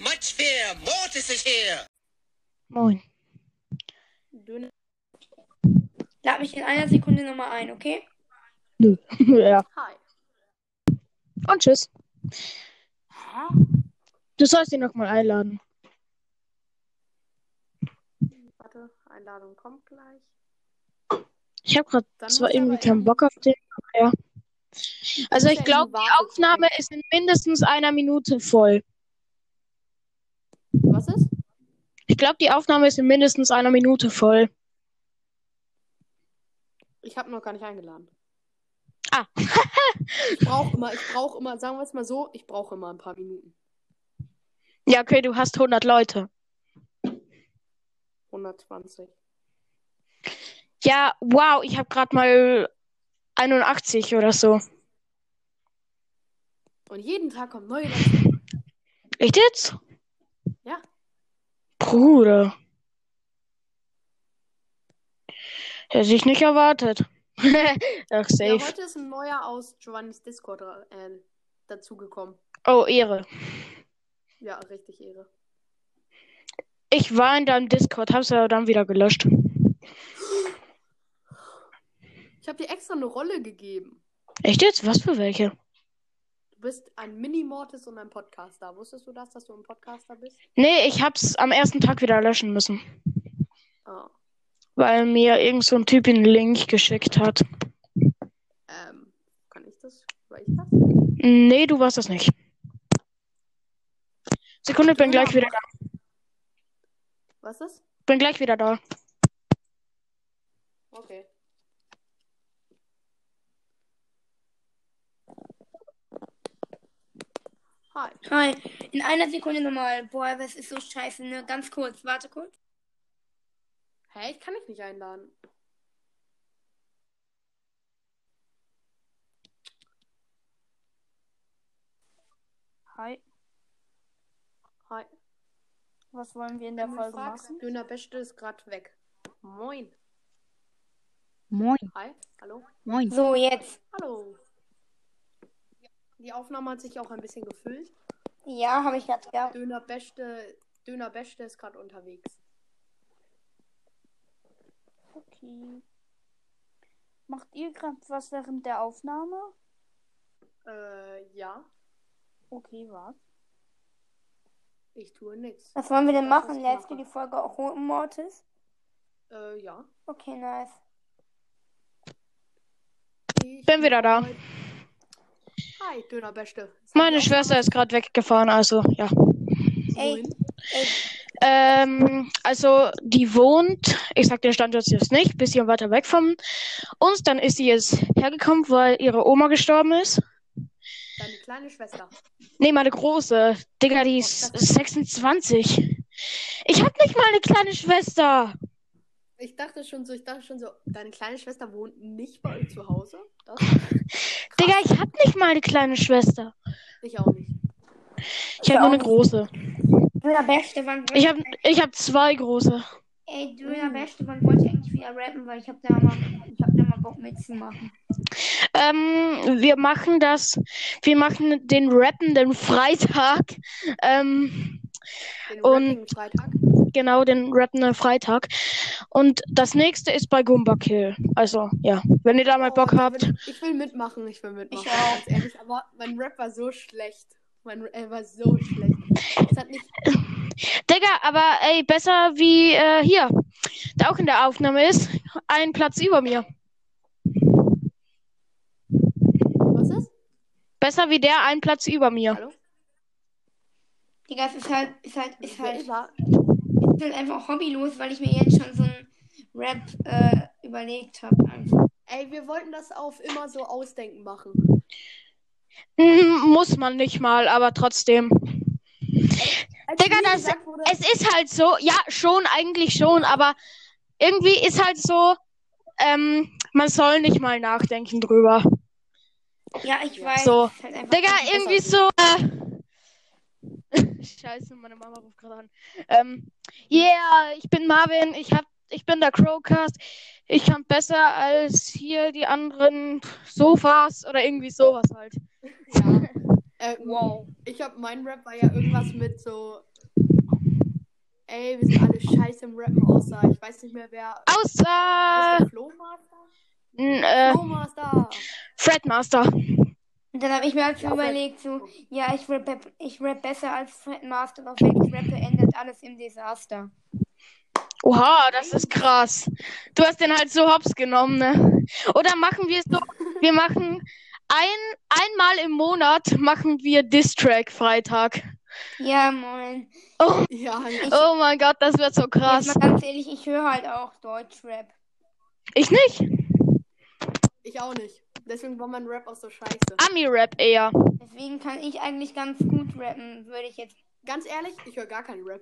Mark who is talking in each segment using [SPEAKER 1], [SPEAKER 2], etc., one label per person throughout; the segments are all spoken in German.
[SPEAKER 1] Much fear, Mortis is here.
[SPEAKER 2] Moin.
[SPEAKER 3] Döner. Lad mich in einer Sekunde nochmal ein, okay?
[SPEAKER 2] Nö. ja.
[SPEAKER 3] Hi.
[SPEAKER 2] Und tschüss.
[SPEAKER 3] Ha?
[SPEAKER 2] Du sollst ihn nochmal einladen.
[SPEAKER 4] Warte, Einladung kommt gleich.
[SPEAKER 2] Ich habe gerade
[SPEAKER 4] Dann
[SPEAKER 2] zwar
[SPEAKER 4] muss er
[SPEAKER 2] irgendwie
[SPEAKER 4] aber
[SPEAKER 2] keinen
[SPEAKER 4] ehrlich-
[SPEAKER 2] Bock auf den, aber ja. Also
[SPEAKER 4] Muss
[SPEAKER 2] ich
[SPEAKER 4] er
[SPEAKER 2] glaube, die
[SPEAKER 4] in Wahrheit
[SPEAKER 2] Aufnahme ist in mindestens einer Minute voll.
[SPEAKER 4] Was ist?
[SPEAKER 2] Ich glaube, die Aufnahme ist in mindestens einer Minute voll.
[SPEAKER 4] Ich habe noch gar nicht eingeladen.
[SPEAKER 2] Ah.
[SPEAKER 4] ich brauche immer, ich brauche immer, sagen wir es mal so, ich brauche immer ein paar Minuten.
[SPEAKER 2] Ja, okay, du hast 100 Leute.
[SPEAKER 4] 120.
[SPEAKER 2] Ja, wow, ich habe gerade mal 81 oder so.
[SPEAKER 4] Und jeden Tag kommen neue dazu.
[SPEAKER 2] Echt jetzt?
[SPEAKER 4] Ja.
[SPEAKER 2] Bruder. Hätte ich nicht erwartet. Ach,
[SPEAKER 4] Ja,
[SPEAKER 2] safe.
[SPEAKER 4] heute ist ein neuer aus Giovannis Discord äh, dazugekommen.
[SPEAKER 2] Oh, Ehre.
[SPEAKER 4] Ja, richtig Ehre.
[SPEAKER 2] Ich war in deinem Discord, hab's aber dann wieder gelöscht.
[SPEAKER 4] Ich habe dir extra eine Rolle gegeben.
[SPEAKER 2] Echt jetzt? Was für welche?
[SPEAKER 4] Du bist ein Mini-Mortis und ein Podcaster. Wusstest du das, dass du ein Podcaster bist?
[SPEAKER 2] Nee, ich hab's am ersten Tag wieder löschen müssen,
[SPEAKER 4] Ah.
[SPEAKER 2] weil mir irgend so ein Typ einen Link geschickt hat.
[SPEAKER 4] Ähm, kann ich das? War ich das?
[SPEAKER 2] Nee, du warst das nicht. Sekunde, bin gleich wieder da.
[SPEAKER 4] Was ist?
[SPEAKER 2] Bin gleich wieder da.
[SPEAKER 4] Okay. Hi.
[SPEAKER 3] Hi. In einer Sekunde nochmal. Boah, das ist so scheiße, ne? Ganz kurz, warte kurz.
[SPEAKER 4] Hä, ich kann dich nicht einladen.
[SPEAKER 3] Hi.
[SPEAKER 4] Hi.
[SPEAKER 3] Was wollen wir in
[SPEAKER 4] Wenn du fragst, Döner Beste ist gerade weg. Moin.
[SPEAKER 5] Moin,
[SPEAKER 4] Hi. Hallo.
[SPEAKER 5] moin.
[SPEAKER 3] So, jetzt.
[SPEAKER 4] Hallo. Die Aufnahme hat sich auch ein bisschen gefüllt.
[SPEAKER 3] Ja, habe ich gerade gedacht.
[SPEAKER 4] Döner Beste, Döner Beste ist gerade unterwegs.
[SPEAKER 6] Okay. Macht ihr gerade was während der Aufnahme?
[SPEAKER 4] Äh, ja.
[SPEAKER 6] Okay, was?
[SPEAKER 4] Ich tue nichts.
[SPEAKER 3] Was wollen wir denn
[SPEAKER 4] Was
[SPEAKER 3] machen?
[SPEAKER 4] wir
[SPEAKER 3] Lädst du die Folge auch hoch, Mortis?
[SPEAKER 4] Äh, ja.
[SPEAKER 3] Okay, nice.
[SPEAKER 4] Ich
[SPEAKER 2] Bin wieder da.
[SPEAKER 4] Hi, Döner Beste.
[SPEAKER 2] Meine Schwester ist gerade weggefahren, also ja.
[SPEAKER 3] Ey,
[SPEAKER 2] Ähm, also die wohnt, ich sag den Standort jetzt nicht, bisschen weiter weg von uns. Dann ist sie jetzt hergekommen, weil ihre Oma gestorben ist.
[SPEAKER 4] Deine kleine Schwester.
[SPEAKER 2] Nee, meine große. Digga, die ist 26. Ich hab nicht mal eine kleine Schwester.
[SPEAKER 4] Ich dachte schon so, ich dachte schon so, deine kleine Schwester wohnt nicht bei euch zu Hause? Das
[SPEAKER 2] Digga, ich hab nicht mal eine kleine Schwester.
[SPEAKER 4] ich auch nicht.
[SPEAKER 2] Ich hab nur eine große.
[SPEAKER 3] Döner Beste, wann
[SPEAKER 2] Ich hab, ich hab zwei große.
[SPEAKER 3] Ey, Döner Beste, wann wollte ich eigentlich wieder rappen, weil ich hab da mal, ich hab da mal Bock mitzumachen.
[SPEAKER 2] Ähm, wir machen das, wir machen den rappenden Freitag. Ähm,
[SPEAKER 4] Den
[SPEAKER 2] Und-
[SPEAKER 4] Rapping Freitag.
[SPEAKER 2] genau, den rappenden Freitag. Und das nächste ist bei Goomba Kill. Also, ja, wenn ihr da mal
[SPEAKER 4] Oh,
[SPEAKER 2] Bock
[SPEAKER 4] ich
[SPEAKER 2] habt.
[SPEAKER 4] Will, ich will mitmachen, ich will mitmachen.
[SPEAKER 3] Ich auch.
[SPEAKER 4] Ganz ehrlich, aber mein Rap war so schlecht. Mein Rap war so schlecht. Es hat nicht.
[SPEAKER 2] Digga, aber ey, besser wie äh, hier, der auch in der Aufnahme ist, ein Platz über mir.
[SPEAKER 4] Was ist?
[SPEAKER 2] Besser wie der ein Platz über mir.
[SPEAKER 4] Hallo?
[SPEAKER 3] Digga, es ist halt, ist halt, ist halt,
[SPEAKER 4] Wer
[SPEAKER 3] ich
[SPEAKER 4] war-
[SPEAKER 3] bin einfach hobbylos, weil ich mir jetzt schon so einen Rap äh, überlegt also. habe. einfach.
[SPEAKER 4] Ey, wir wollten das auf immer so ausdenken machen.
[SPEAKER 2] Hm, muss man nicht mal, aber trotzdem.
[SPEAKER 4] Als
[SPEAKER 2] Digga,
[SPEAKER 4] mir
[SPEAKER 2] das-
[SPEAKER 4] gesagt wurde,
[SPEAKER 2] Es ist halt so, ja, schon, eigentlich schon, aber irgendwie ist halt so, ähm, man soll nicht mal nachdenken drüber.
[SPEAKER 3] Ja, ich weiß.
[SPEAKER 2] So.
[SPEAKER 3] es ist Halt einfach
[SPEAKER 2] Digga,
[SPEAKER 3] so.
[SPEAKER 2] irgendwie so. Äh, Scheiße, meine Mama ruft gerade an. Ähm, yeah, ich bin Marvin, ich hab, ich bin der Crowcast. Ich kann besser als hier die anderen Sofas oder irgendwie sowas halt.
[SPEAKER 4] ja. Ähm,
[SPEAKER 6] Wow.
[SPEAKER 4] Ich hab, mein Rap war ja irgendwas mit so. Ey, wir sind alle scheiße im Rappen, außer ich weiß nicht mehr wer. Was
[SPEAKER 2] Außer
[SPEAKER 4] der Flowmaster?
[SPEAKER 2] n, äh,
[SPEAKER 4] Flowmaster!
[SPEAKER 2] Fredmaster.
[SPEAKER 3] Und dann habe ich mir halt so
[SPEAKER 4] Ja, oh.
[SPEAKER 3] überlegt, so, ja, ich rappe, ich rappe besser als Fred Master, doch wenn ich rappe, endet alles im Desaster.
[SPEAKER 2] Oha, das ist krass. Du hast den halt so hops genommen, ne? Oder machen wir es so, wir machen ein, einmal im Monat machen wir Distrack Freitag.
[SPEAKER 3] Ja, moin.
[SPEAKER 4] Ja, ja.
[SPEAKER 2] Oh mein Gott, das wird so
[SPEAKER 3] Jetzt
[SPEAKER 2] krass.
[SPEAKER 3] mal ganz ehrlich, ich höre halt auch Deutschrap.
[SPEAKER 2] Ich nicht.
[SPEAKER 4] ich auch nicht. Deswegen war mein Rap auch so scheiße.
[SPEAKER 2] Ami-Rap eher.
[SPEAKER 3] Deswegen kann ich eigentlich ganz gut rappen, würde ich jetzt.
[SPEAKER 4] Ganz ehrlich, ich höre gar keinen Rap.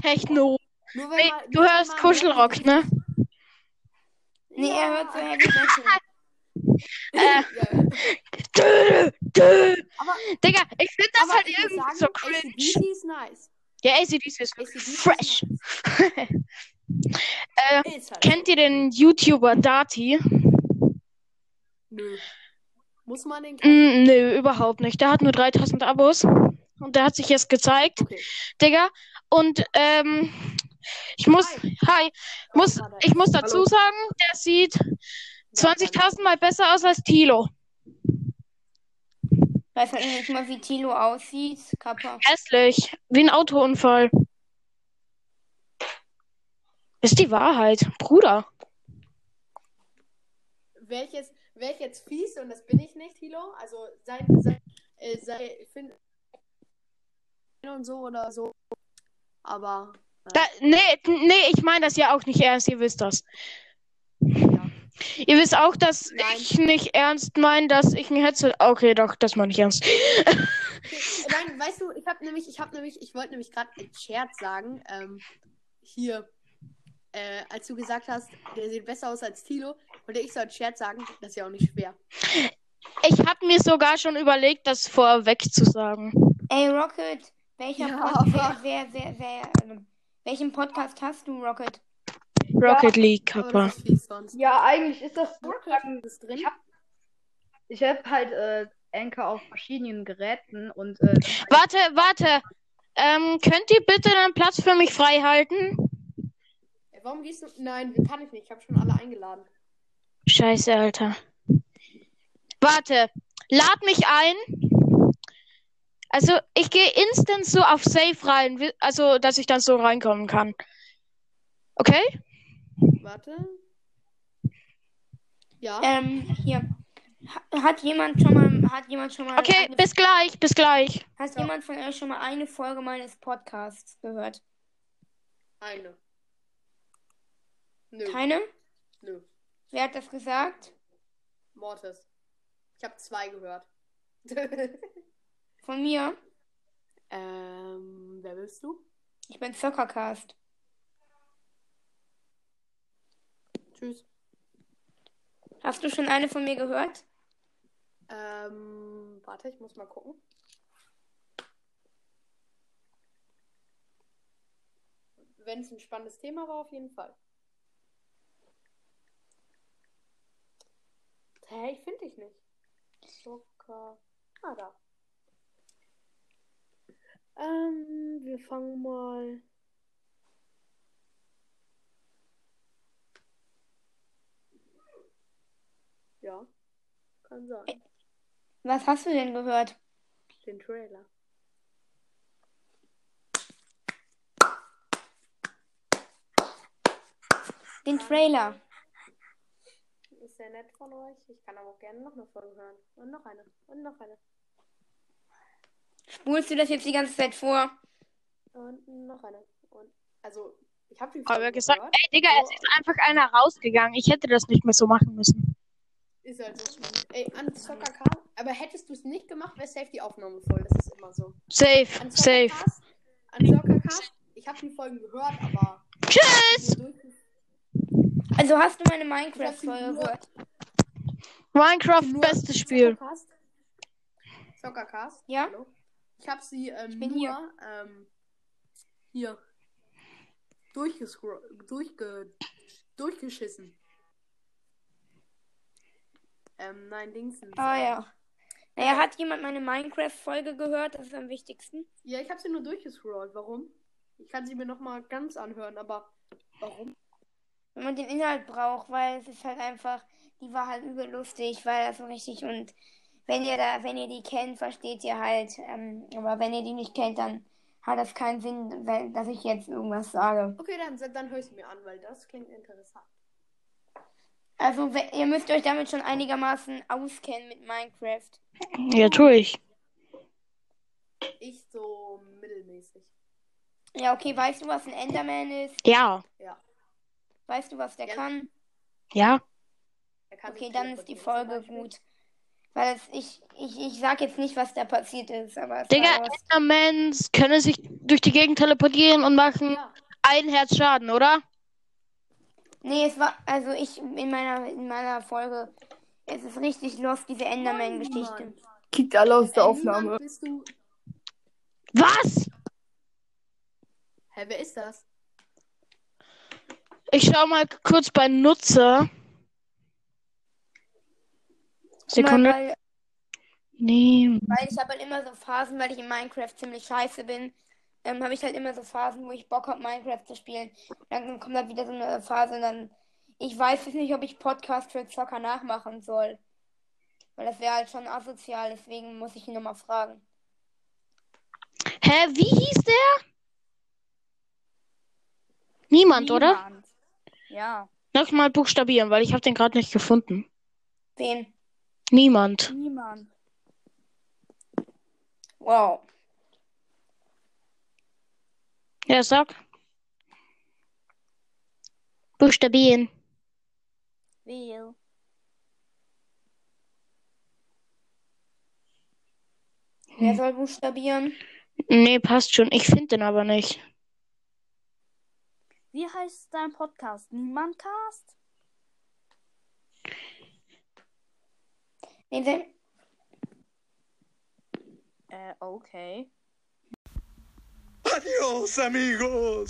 [SPEAKER 2] Techno.
[SPEAKER 4] Nur wenn
[SPEAKER 2] Nee,
[SPEAKER 4] mal-
[SPEAKER 2] du
[SPEAKER 4] nur wenn
[SPEAKER 2] hörst
[SPEAKER 4] mal Rap-
[SPEAKER 2] Kuschelrock, ne?
[SPEAKER 3] Nee,
[SPEAKER 4] Ja.
[SPEAKER 3] er hört so halt Heavy Metal.
[SPEAKER 2] Äh,
[SPEAKER 4] Ja.
[SPEAKER 2] dö, dö.
[SPEAKER 4] Aber-
[SPEAKER 2] Digga, ich finde das
[SPEAKER 4] Aber
[SPEAKER 2] halt
[SPEAKER 4] ich muss
[SPEAKER 2] irgendwie
[SPEAKER 4] sagen,
[SPEAKER 2] so cringe.
[SPEAKER 4] AC/DC ist nice.
[SPEAKER 2] Ja, ACDC ist
[SPEAKER 4] ACDC ist
[SPEAKER 2] fresh. äh,
[SPEAKER 4] nice. Ist halt.
[SPEAKER 2] kennt ihr den YouTuber Dati?
[SPEAKER 4] Nö. Muss man den
[SPEAKER 2] Mm,
[SPEAKER 4] kennen?
[SPEAKER 2] nö, überhaupt nicht. Der hat nur 3000 Abos. Und der hat sich jetzt gezeigt,
[SPEAKER 4] Okay.
[SPEAKER 2] Digga. Und, ähm, ich muss, hi, muss,
[SPEAKER 4] Warte.
[SPEAKER 2] ich muss dazu
[SPEAKER 4] Hallo.
[SPEAKER 2] sagen, der sieht 20.000 mal besser aus als Tilo.
[SPEAKER 3] Weiß halt nicht mal, wie Tilo aussieht. Kappa.
[SPEAKER 2] Hässlich. Wie ein Autounfall. Ist die Wahrheit. Bruder.
[SPEAKER 4] Wäre ich, jetzt- wär ich jetzt fies und das bin ich nicht, Hilo? Also sein, sein, äh, sein ich find, und so oder so. Aber
[SPEAKER 2] Da, nee, nee, ich meine das ja auch nicht ernst, ihr wisst das.
[SPEAKER 4] ja.
[SPEAKER 2] Ihr wisst auch, dass
[SPEAKER 4] Nein.
[SPEAKER 2] ich nicht ernst meine, dass ich ein Headset. Okay, doch, das meine ich ernst.
[SPEAKER 4] Okay. Nein, weißt du, ich habe nämlich, ich habe nämlich, ich wollte nämlich gerade einen Scherz sagen. Ähm, hier, äh, als du gesagt hast, der sieht besser aus als Tilo, wollte ich so einen Scherz sagen, das ist ja auch nicht schwer.
[SPEAKER 2] Ich habe mir sogar schon überlegt, das vorweg zu sagen.
[SPEAKER 3] Ey, Rocket, welcher
[SPEAKER 4] Ja,
[SPEAKER 3] Pod
[SPEAKER 4] aber-
[SPEAKER 3] wer, wer, wer, wer, ähm, welchen Podcast hast du, Rocket?
[SPEAKER 2] Rocket League,
[SPEAKER 4] Aber
[SPEAKER 2] Kappa.
[SPEAKER 4] das ist fies sonst.
[SPEAKER 5] Ja, eigentlich ist das so.
[SPEAKER 4] Ist drin?
[SPEAKER 5] Ich hab- Ich habe halt äh, Anchor auf verschiedenen Geräten und äh,
[SPEAKER 2] Warte, warte. Ähm, könnt ihr bitte einen Platz für mich frei halten?
[SPEAKER 4] Äh, Warum gehst du? Nein, kann ich nicht. Ich habe schon alle eingeladen.
[SPEAKER 2] Scheiße, Alter. Warte, lad mich ein. Also, ich gehe instant so auf Safe rein, wi- also, dass ich dann so reinkommen kann. Okay?
[SPEAKER 4] Warte. Ja.
[SPEAKER 3] Ähm, hier. Ha- Hat jemand schon mal, hat jemand schon mal,
[SPEAKER 2] Okay,
[SPEAKER 3] eine,
[SPEAKER 2] bis gleich, bis gleich.
[SPEAKER 3] hat jemand von euch schon mal eine Folge meines Podcasts gehört?
[SPEAKER 4] Eine. Nö.
[SPEAKER 3] Keine?
[SPEAKER 4] Nö.
[SPEAKER 3] Wer hat das gesagt?
[SPEAKER 4] Mortis. Ich habe zwei gehört.
[SPEAKER 3] Von mir?
[SPEAKER 4] ähm, wer bist du?
[SPEAKER 3] Ich bin Zockercast.
[SPEAKER 4] Tschüss.
[SPEAKER 3] Hast du schon eine von mir gehört?
[SPEAKER 4] Ähm, warte, ich muss mal gucken. Wenn es ein spannendes Thema war, auf jeden Fall. Hä, ich finde dich nicht. Zucker. Ah, da. Ähm, wir fangen mal. Ja, kann sein.
[SPEAKER 3] Was hast du denn gehört?
[SPEAKER 4] Den Trailer.
[SPEAKER 3] Den Trailer.
[SPEAKER 4] Ist sehr nett von euch. Ich kann aber auch gerne noch eine Folge hören. Und noch eine. Und noch eine.
[SPEAKER 3] Spulst du das jetzt die ganze Zeit vor?
[SPEAKER 4] Und noch eine. Und also, ich habe die
[SPEAKER 2] Aber
[SPEAKER 4] Folge
[SPEAKER 2] gesagt,
[SPEAKER 4] gehört.
[SPEAKER 2] Ey, Digga, es ist einfach einer rausgegangen. Ich hätte das nicht mehr so machen müssen.
[SPEAKER 4] Ist halt so. Ey, an Zockercast. Aber hättest du es nicht gemacht, wäre safe die Aufnahme voll. Das ist immer so.
[SPEAKER 2] Safe,
[SPEAKER 4] An
[SPEAKER 2] safe.
[SPEAKER 4] Zockercast- An Zockercast. Ich habe die Folgen gehört, aber.
[SPEAKER 2] Tschüss!
[SPEAKER 3] Also hast du meine
[SPEAKER 4] Ich hab sie
[SPEAKER 3] Minecraft-Folge
[SPEAKER 4] nur-
[SPEAKER 3] gehört?
[SPEAKER 2] Minecraft,
[SPEAKER 4] Nur-
[SPEAKER 2] bestes Spiel.
[SPEAKER 4] Zockercast. Zockercast.
[SPEAKER 3] Ja?
[SPEAKER 4] Hallo. Ich habe sie ähm,
[SPEAKER 3] bin
[SPEAKER 4] nur
[SPEAKER 3] hier.
[SPEAKER 4] Ähm, hier durchgescroll durchge durchgeschissen. Ähm, nein, Dingsen.
[SPEAKER 3] Ah ja. Naja, hat jemand meine Minecraft-Folge gehört? Das ist am wichtigsten.
[SPEAKER 4] Ja, ich habe sie nur durchgescrollt. Warum? Ich kann sie mir nochmal ganz anhören, aber warum?
[SPEAKER 3] Wenn man den Inhalt braucht, weil es ist halt einfach, die war halt übel lustig, weil das so richtig und wenn ihr da, wenn ihr die kennt, versteht ihr halt, ähm, aber wenn ihr die nicht kennt, dann hat das keinen Sinn, weil, dass ich jetzt irgendwas sage.
[SPEAKER 4] Okay, dann, dann höre ich sie mir an, weil das klingt interessant.
[SPEAKER 3] Also we- ihr müsst euch damit schon einigermaßen auskennen mit Minecraft.
[SPEAKER 2] Ja, tue ich.
[SPEAKER 4] Ich so mittelmäßig.
[SPEAKER 3] Ja, okay, weißt du, was ein Enderman ist?
[SPEAKER 2] Ja.
[SPEAKER 3] Weißt du, was der
[SPEAKER 4] Ja.
[SPEAKER 3] kann?
[SPEAKER 2] Ja.
[SPEAKER 4] Er kann
[SPEAKER 3] Okay,
[SPEAKER 4] sich
[SPEAKER 3] dann ist die
[SPEAKER 4] teleportieren,
[SPEAKER 3] Folge
[SPEAKER 4] zum Beispiel.
[SPEAKER 3] gut. Weil es, ich, ich, ich sag jetzt nicht, was da passiert ist, aber es
[SPEAKER 2] Digga,
[SPEAKER 3] war was.
[SPEAKER 2] Endermans können sich durch die Gegend teleportieren und machen
[SPEAKER 4] Ja,
[SPEAKER 2] ein Herz Schaden, oder?
[SPEAKER 3] Nee, es war, also ich, in meiner, in meiner Folge, es ist richtig los, diese Enderman-Geschichte.
[SPEAKER 7] Kickt alle aus der
[SPEAKER 4] Ey,
[SPEAKER 7] Aufnahme.
[SPEAKER 4] niemand Bist du...
[SPEAKER 2] Was?
[SPEAKER 4] Hä, wer ist das?
[SPEAKER 2] Ich schau mal kurz bei Nutzer.
[SPEAKER 3] Guck mal,
[SPEAKER 2] Sekunde.
[SPEAKER 3] Weil,
[SPEAKER 2] Nee.
[SPEAKER 3] weil ich habe halt immer so Phasen, weil ich in Minecraft ziemlich scheiße bin, ähm, habe ich halt immer so Phasen, wo ich Bock habe, Minecraft zu spielen. Dann kommt halt wieder so eine Phase und dann, ich weiß jetzt nicht, ob ich Podcast für Zocker nachmachen soll. Weil das wäre halt schon asozial, deswegen muss ich ihn nochmal fragen.
[SPEAKER 2] Hä, wie hieß der? Niemand, oder?
[SPEAKER 6] Niemand. Ja,
[SPEAKER 2] Nochmal buchstabieren, weil ich habe den gerade nicht gefunden.
[SPEAKER 3] Wen?
[SPEAKER 2] Niemand.
[SPEAKER 6] niemand.
[SPEAKER 3] Wow.
[SPEAKER 2] Ja, sag. Buchstabieren.
[SPEAKER 6] Will.
[SPEAKER 3] Wer soll buchstabieren?
[SPEAKER 2] Nee, passt schon. Ich finde den aber nicht.
[SPEAKER 6] Wie heißt dein Podcast? Niemandcast?
[SPEAKER 3] Nee, wer-
[SPEAKER 6] Äh, okay.
[SPEAKER 1] Adios, amigos.